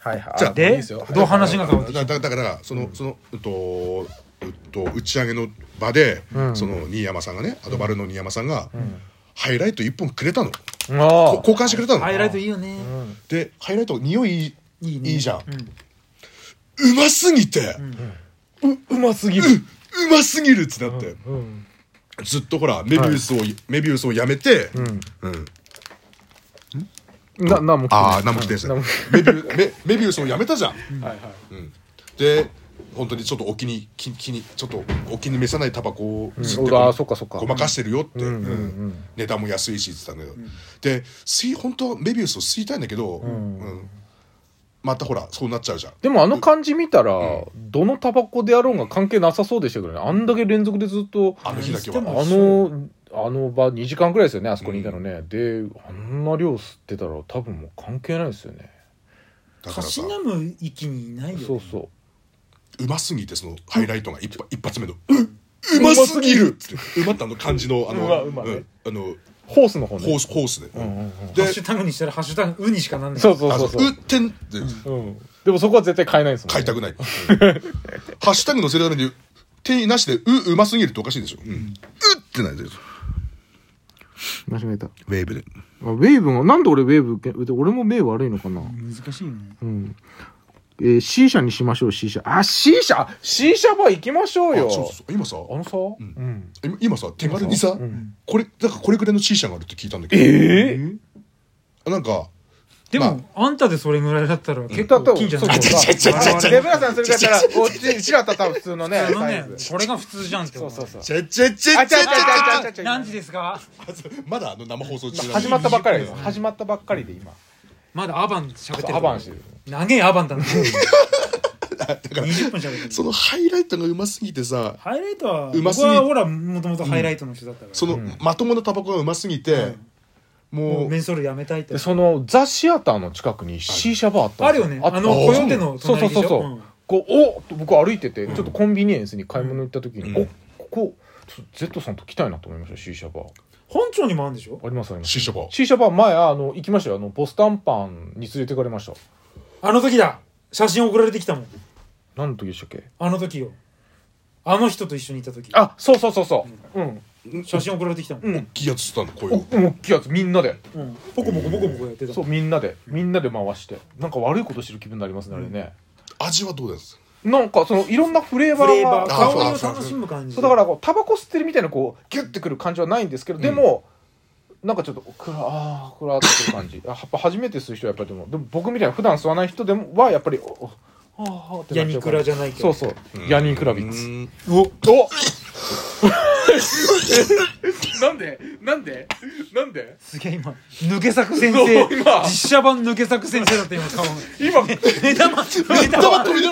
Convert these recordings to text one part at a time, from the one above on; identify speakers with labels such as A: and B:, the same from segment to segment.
A: はいはい
B: じゃあ
C: で
B: いいすよはい
C: どう話が変わってき
B: だだだからそのそのうっとうっと打ち上げの場で、その新山さんがねアドバルの新山さんが、ハイライト1本くれたのこ
A: あ
B: 交換してくれたの
C: ハイライトいいよね、
B: でハイライト匂いいい
C: いいね
B: いいじゃん、うますぎて、
A: あううますぎる
B: うますぎるっつってなって、
A: うん
B: ずっとほらメビウスを、メビウスをやめて、うん
A: な何も来てない
B: ああ何も来てないですメビウメメビウスをやめたじゃん、
A: はいはい
B: で本当にちょっとお気に気気にちょっとお気に召さないタバコを吸って
A: うんあーそっかそっか
B: ごまかしてるよって、
A: うんうん
B: うん値段も安いしって言ってたんだけど、で吸い本当はメビウスを吸いたいんだけど、うんまたほらそうなっちゃうじゃん
A: でもあの感じ見たら、どのタバコであろうが関係なさそうでしたけどねあんだけ連続でずっと
B: あ
A: あ
B: の日だけ
C: でも
B: は
A: のあの場2時間ぐらいですよねあそこにいたのね、であんな量吸ってたら多分もう関係ないですよね
B: だか
C: た
B: らさ
C: しなむ域にいないよね
A: そうそう
B: うますぎてそのハイライトが一発一発目の「ううますぎる!」ってうまってあの感じのあの
A: うわうまね
B: んあの
A: ホースの方ね
B: ホースホースで、
A: うんうんうん
B: で
C: ハッシュタグにしたらハッシュタグ「う」にしかなんない
A: そうそうそ
B: あ
A: う
B: の
A: そう
B: うってんって
A: うん、でもそこは絶対買えないですもん、ね、
B: 買いたくない、 ハッシュタグ載せるために手なしで「ううますぎる」っておかしいでしょ、うんうってないで
D: 間違えた。あ
B: ウェーブで
D: ウェーブが、なんで俺ウェーブ受け、俺も目悪いのかな
C: 難しいよね
D: うん。えー C 社にしましょう、C 社。あ、C 社
A: あ C 社バー行きましょうよ
B: あそうそうそう今さ
A: あのさ、うん
B: 今今さ手軽にさ、これだからこれぐらいの C 社があるって聞いたんだけど
A: ええ
B: なんか
C: でも、
B: ま
C: あ、んたでそれぐらいだったら結構
A: だと
C: 大きいんじゃない
A: そうそう
B: ちょちょちょちょ
A: レブラさんそれだったらこっち白だったら普通のね
C: あの
A: サイ
C: ね
A: ズ
C: これが普通じゃんって
A: そうそうそう
B: ちゃちゃち
A: あ
B: ゃ
A: ち
B: ち
A: ゃち
B: ゃ
A: ゃちゃちゃちゃ
C: 何時ですか
B: まだあの生放送中なんで
A: 始まったばっかりです始まったばっかりで今
C: まだアバン喋ってる
A: アバンしてる
C: 長えアバンだな20分喋って
B: そ
C: る
B: のハイライトがうますぎてさ
C: ハイライトは
B: うますぎ
C: 僕はほらもともとハイライトの人だったから、
B: その、まともなタバコがうますぎて、も
C: も
B: う
C: うメンソールやめたいって
A: でそのザ・シアターの近くに C 社バーあったんです
C: あるよね
A: った
C: あの
B: コヨー
C: テの
A: そうそう
C: 隣でしょ
A: そうそう
C: うん
A: こうおっと僕歩いててちょっとコンビニエンスに買い物行った時に、
B: う
A: お
B: ん
A: ここちょっと Z さんと来たいなと思いました C 社バー
C: 本庁にもあるんでしょ
A: ありますあります
B: C 社バー
A: C 社バー前あの行きましたよあのボスタンパンに連れてかれました
C: あの時だ写真送られてきたもん
A: 何の時でしたっけ
C: あの時よあの人と一緒にいた時
A: あそうそうそうそううん
C: 写真送られてきたもん、
A: うん
B: 大きいやつ吸ったのこう
A: お
B: いう
A: 大きいやつみんなで
C: うん、ポコポコポコポコやってたもん
A: そうみんなでみんなで回してなんか悪いことしてる気分になりますねあれね、
B: 味はどうです
A: なんかそのいろんなフレーバ
C: フレー
A: ー
C: バー
A: が
B: あそう
C: 香りを楽しむ感じ
A: そうだからこうタバコ吸ってるみたいなこうギュッてくる感じはないんですけど、でもなんかちょっとくらあーくらーってくる感じあやっぱ初めて吸う人はやっぱりでもでも僕みたいな普段吸わない人でもはやっぱりおおあーってな
C: ヤ
A: っちゃ
C: ニ
A: うか
C: ク
A: ら
C: ラじゃないけ
A: そう
C: ど
A: そう、ヤニークラビッツ
B: ん
A: おおなんでなんでなんです
C: げえ今抜け作先
A: そう
C: 生
A: 今
C: 実写版抜け作先生だった 今顔が
A: 今
C: 目玉目玉
A: 飛び出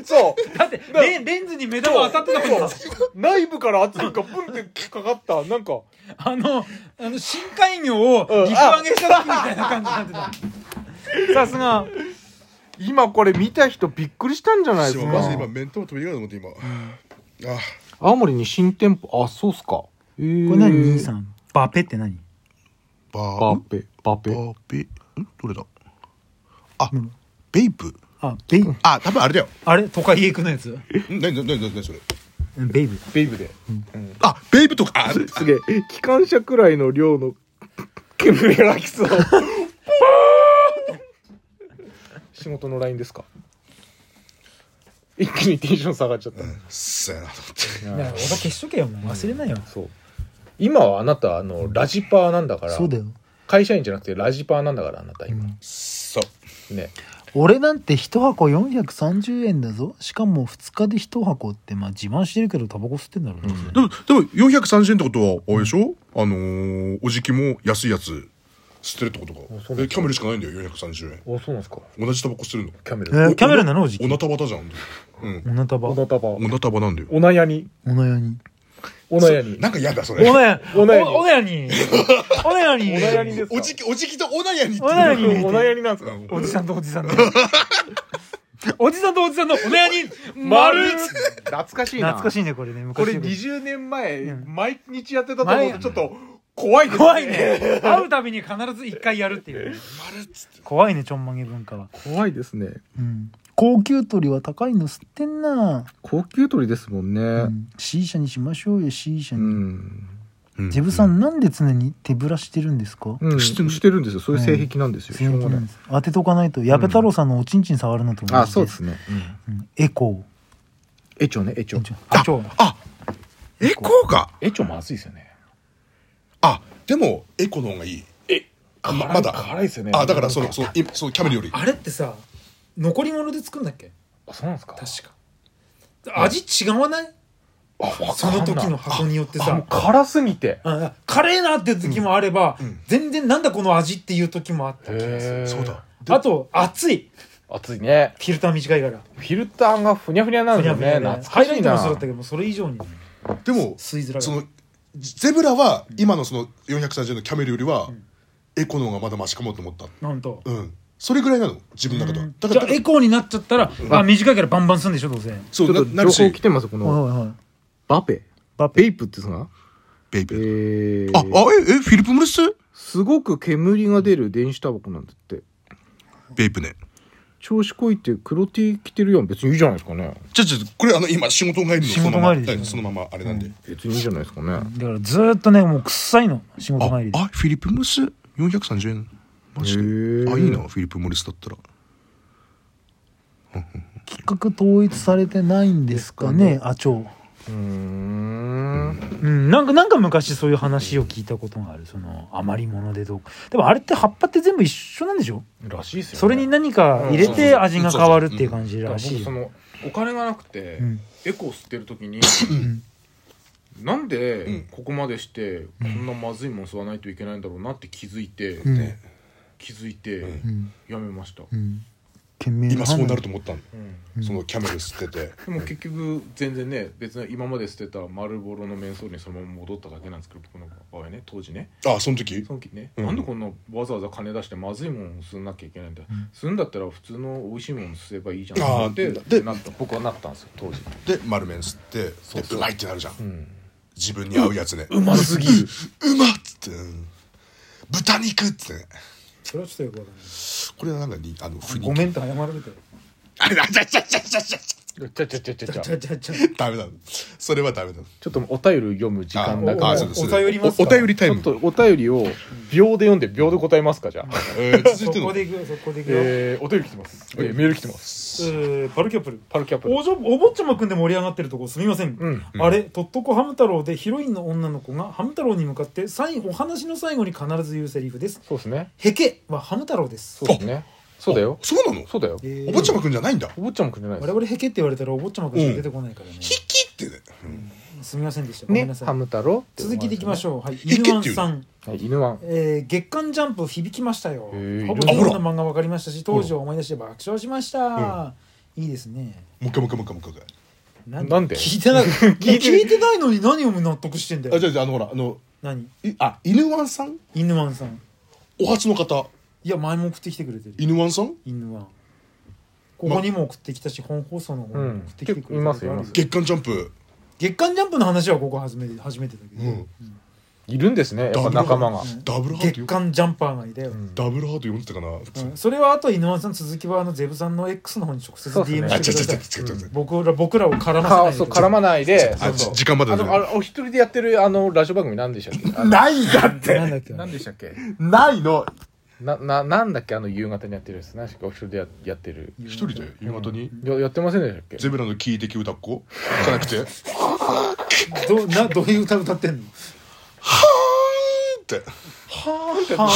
A: たそう
C: だってレレンズに目玉当たってたもんな
A: 内部から圧力がプンってかかったなんか
C: あのあの深海魚を
A: うん
C: 陸揚げした時みたいな感じになって
A: さ
C: た
A: すが
D: 今これ見た人びっくりしたんじゃないです
B: マジで今
D: か
B: 面倒飛び出ると思って今、あ
D: 青森に新店舗、あ、そうっすか。えー、
C: これ何兄さんバペって何
B: バ
D: バ
B: ー
D: ペ、バペ。
B: バーベんどれだあ、ベイプ
C: あベイ
B: あ多分あれだよ
C: あれ都会へ行くのやつ
B: ん何何何何何それ
C: ベイブ
A: ベイブで
B: あベイプとかあ
D: すげえ、機関車くらいの量の煙が来そう。
A: 仕事のラインですか一気にテンション下がっちゃった、
B: せやなと思って
C: だから俺消しとけよもう忘れないよ
A: そう今はあなたあのラジパーなんだから
E: そうだよ
A: 会社員じゃなくてラジパーなんだからあなた今、
B: そう
A: ね
E: 俺なんて一箱430円だぞしかも2日で一箱ってまあ自慢してるけどタバコ吸ってんだろうね、
B: でもでも430円ってことはあれでしょ、あのー、おじきも安いやつ吸ってるってことか
A: そうなんだ
B: えキャメルしかないんだよ430円
A: おそうなんですか
B: 同じタバコ吸ってるの
A: キャメル、
E: えーキャメルなのおじき
B: おなたばだじゃんうん
E: おなたば
A: お
E: お
A: なたば
B: おなたばなんだよ
A: おなやに
E: なやに
A: おなやに
B: なんか嫌だそれ
E: おなや
A: お
E: お
A: な
E: な
A: や
E: や
A: に
E: におなやに
A: おなやにですか
B: おじきおじきとおなやにっていう
E: おなやに
A: おなやになんですか
E: おじさんとおじさんのおじさんとおじさんのおなやに
A: 丸懐かしいな
E: 懐かしいねこれね昔
A: これ20年前、毎日やってたと思うとちょっと怖いですね
E: 怖いね会うたびに必ず一回やるっていう怖いねちょんまげ文化は、
D: 怖いですね
E: うん、高級鳥は高いの吸ってんな、
D: 高級鳥ですもんね
E: うん C 社にしましょうよ C 社
D: う
E: に、
D: ん、
B: うん
E: ゼブさんなんで常に手ぶらしてるんですか、
D: うん、
B: 知
D: し
B: って
D: て
B: る
D: るんですよそういう性癖なんですよ、しょうがない
E: 当てとかないと矢部太郎さんのおちんちん触るのと同じ
D: あそうですね、
E: うんエコ
D: えちょねえち
E: ー
D: ょ
E: エチョあちょ
B: あエコーか
A: エチョまずいですよね
B: あでもエコの方がいい
A: え
B: あま
A: 辛い
B: まだ
A: 辛いですよね
B: あだからそ
A: な
B: の
A: ん
B: そのいそのキャメルより
C: あれってさ残り物で作んだっけ
A: あそうなんですか
C: 確か味違わない
A: あわかんない
C: その時の箱によって
A: あも
C: さ
A: う辛すぎて
C: あカレーなって時もあれば、
B: うんうん
C: 全然なんだこの味っていう時もあった気がする
A: へー
B: そうだ
C: あと熱い
A: 暑いね
C: フィルター短いから
A: フィルターがふにゃふにゃなんですよね懐
C: ハ
A: か
C: イラ
A: し
C: イ
A: い
C: トも
A: な
C: そうだったけどそれ以上に
B: でも
C: 吸いづらい
B: そのゼブラは今のその430のキャメルよりはエコの方がまだマシかもと思った
C: なんと
B: うんそれぐらいなの自分の中ではだか
C: じ
B: ら
C: ゃ
B: だ
C: あ
B: から
C: エコーになっちゃったら、あ短いからバンバンすんでしょどうせ
B: そ
D: ち
B: う
D: ょ
B: な
D: っ
B: な
D: と
B: る
D: 情報
B: し
D: 来てますこの
E: はいはい
D: バペ
E: バペ
D: ペイプってさ
B: ベイベ
D: え
B: ー
D: ー、
B: ああええフィリップ・モリス
D: すごく煙が出る電子タバコなんだって
B: ベイプね
D: 調子こいて黒 T 着てるやん別にいいじゃないですかね
B: ちょちょこれあの今仕事帰りの
E: 仕
B: そ
E: 事
B: のまま
E: 帰りですね
B: はいそのままあれなんで
D: 別にいいじゃないですかね、
E: だからずーっとねもう臭いの仕事
B: あ
E: 帰りで
B: あフィリップ・モリス430円マジで
D: へー
B: あいいなフィリップ・モリスだったら
E: 企画統一されてないんですかねあちょ
D: うーん
E: うんなんかなんか昔そういう話を聞いたことがあるその余り物でどうかでもあれって葉っぱって全部一緒なんでしょ
A: らしいですよね
E: それに何か入れて味が変わるっていう感じ
A: だから
E: し
A: 僕
E: い
A: そ
E: よ
A: のお金がなくて、
E: うん
A: エコを吸ってる時に
E: ん
A: なん
B: う
A: で
B: ん
A: ここまでしてこんなまずいもん吸わないといけないんだろうなって気づいて、
E: うん
B: ね
A: 気づいて
E: うん
A: やめました、
E: うん懸命な
B: 今そうな
E: 判
B: ると思ったの
A: うん
B: そのキャメル吸ってて
A: でも結局全然ね別に今まで捨てた丸ボロのメンソールにそのまま戻っただけなんですけど僕の場合ね当時ね
B: あその時
A: その時ね、
B: うん
A: なんでこんなわざわざ金出してまずいもんを吸んなきゃいけないんだ、吸うんだったら普通の美味しいもん吸えばいいじゃん
B: あー
A: って
B: で
A: なった僕はなったんですよ当時、
B: で丸麺吸ってで
A: そうそう
B: うまいってなるじゃん
A: うん、
B: 自分に合うやつねう
A: うますぎる
B: まっつってうん豚肉っつってね
C: それはちょっとよくわかんない
B: これはなんかにあの不
A: ごめ
B: 倫
A: ん
C: 謝られてる
B: あれだちゃちゃちゃちゃちゃち
A: ちゃちゃちゃちゃちゃ
C: じゃあじゃあじゃ
B: ゃダメだそれはダメだ
A: ちょっとお便り読む時間だか
C: あ
A: ら
B: ー
A: ち
B: そ
A: ょっ
C: お
B: うです
C: お便りますか
B: おお便りタイム
A: とお便りを秒で読んで秒で答えますかじゃあ、
B: えー
C: あ
B: 続
C: そ
B: いての
C: こでいくよそこでいくよ、
A: えー、お便り来てます、えーメール来てます
C: えーパルキャップル
A: パルキャップ
C: おじょお坊ちゃまくんで盛り上がってるとこすみません、
A: うん
C: あれ「とっとこハム太郎」でヒロインの女の子がハム太郎に向かって最後お話の最後に必ず言うセリフです
A: そうですね
C: 「へけ」はハム太郎です
A: そうですねそうだよ
B: そうなの
A: そうだよ
C: えー
B: お坊ちゃまくんじゃないんだ
A: お坊ちゃまくんじゃないで
C: 我
A: す
C: 々「へけ」って言われたらお坊ちゃまくんしか出てこないからね、
B: 引きってね
C: すみませんでしたごめん
A: ね
C: なさい、
A: ハム太郎って
C: 続きでいきましょう、はい、
B: けって
C: 犬
B: 言う
C: ワ
B: の
C: ンさん
A: はい犬は
C: えー月刊ジャンプ響きましたよ。
A: へー
C: ほぼ
B: あほら
C: どんな漫画分かりましたし、当時を思い出して爆笑しました。いいですね。
B: もう一回もう一回もう一回もう一回
C: な
A: なんで
C: 聞いてない。聞いてないのに何を納得してんだ
B: あじ
C: よ。
B: ゃあじゃああのほらあの
C: 何
B: いあ犬ワンさん
C: 犬ワンさん。
B: お初の方
C: いや、前も送ってきてくれてる。
B: 犬ワンさん
C: 犬ワン。ここにも送ってきたし、本放送の方にも送ってきてくれてる
A: うんいますよいます
B: 月刊ジャンプ
C: 月刊ジャンプの話はここ初めて初めてだけど、
B: うん
A: いるんですねやっぱ仲間が
B: ダブルハート
C: 月
B: よ
C: 刊ジャンパーがいたよ。
B: ダブルハート読んでたかな
C: うんそれはあと犬ワンさん続きはあのゼブさんの X の方に直接
A: そうですね
C: DM
B: あ
C: して
B: ちゃ
C: く
B: ち
C: だ
B: ゃち
C: さ
B: ゃ
C: い。
B: ちゃちゃちゃ
C: 僕ら僕らを絡ませな
A: か
C: い
A: そう絡まないで
B: あ
A: そうそう
B: 時間まで
A: あ
B: だね
A: とあのお一人でやってるあのラジオ番組何でしたっけあの
B: ないんだっ
C: なんだっけ
A: 何でしたっけ
B: ないの
A: なななんだっけあの夕方にやってるやつ何でしたっけお一人でややってる
B: 一人で夕方に
A: ややってませんでしたっけ
B: ゼブラの聞いてき歌っ子じゃなくて「はー
C: どなどういう歌歌ってんの
B: ん」って「
A: はーんっては
C: は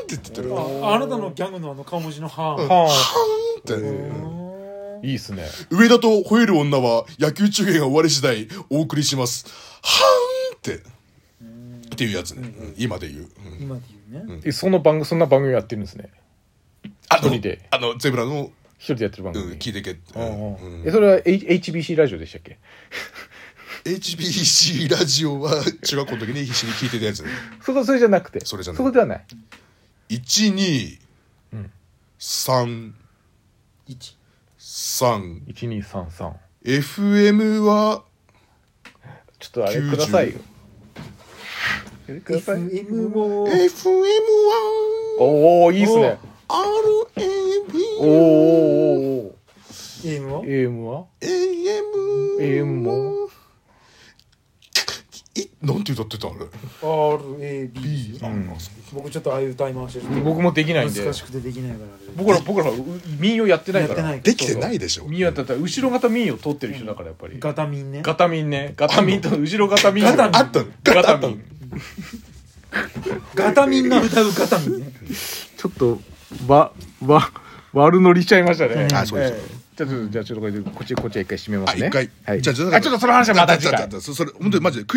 B: ーん」って言ってる「は
C: ああなたのギャグのあの顔文字のはーン
A: ー
B: ーん」ってうん
A: んいいっすね
B: 上田と吠える女は野球中継が終わり次第お送りします「はーん」ってっていうやつねうん今で言ううん
C: 今で言うね、
A: えその番組そんな番組やってるんですね
B: あの
A: 一人で
B: あのゼブラの
A: 一人でやってる番
B: う
A: 組、
B: ん聞いてけってう
A: うん
B: ん
A: うん
B: うん
A: えそれは、H、HBC ラジオでしたっけ
B: HBC ラジオは中学校の時に必死に聞いてたやつね
A: そこそれじゃなくて
B: それじゃない
A: こではない
B: 1233
C: 一
A: 1233
B: FM は
A: ちょっとあれくださいよ
D: ください
C: FM も
B: FM1
A: おおいいっすね
B: RAB
A: おーおーおー
C: AM は
A: AM は
B: AM
A: AM も
B: いなんて歌ってたあれ
C: RAB
B: B あ
A: うん
C: 僕ちょっとああいう歌い回してる
A: 僕もできないんで
C: 難しくてできないからあれ
A: 僕ら僕らう民謡やってない
C: やっ
A: か
C: てな
A: ら
C: い
B: できてないいでしょ
A: 民謡やってたら後ろ型民謡通ってる人だからやっぱり
C: ガタミンね
A: ガタミンねガタミンと後ろ型民謡
C: ガ
B: あ
C: タ
B: ったの
A: ガタ
B: あった
A: ミ
B: の
A: ン
C: ガタミンが歌うガタミンね
D: ちょっとわわ悪乗りしちゃいましたね、
B: あそうです
A: ええじゃあちょっとじゃあちょっとこれでこっちこっちは一回閉めま
B: あ
A: すね
B: 一回
A: はい
B: じゃあじゃあ
A: あちょっとその話はまた次回
B: じゃあじゃあじゃあそれ本当にマジでクイズ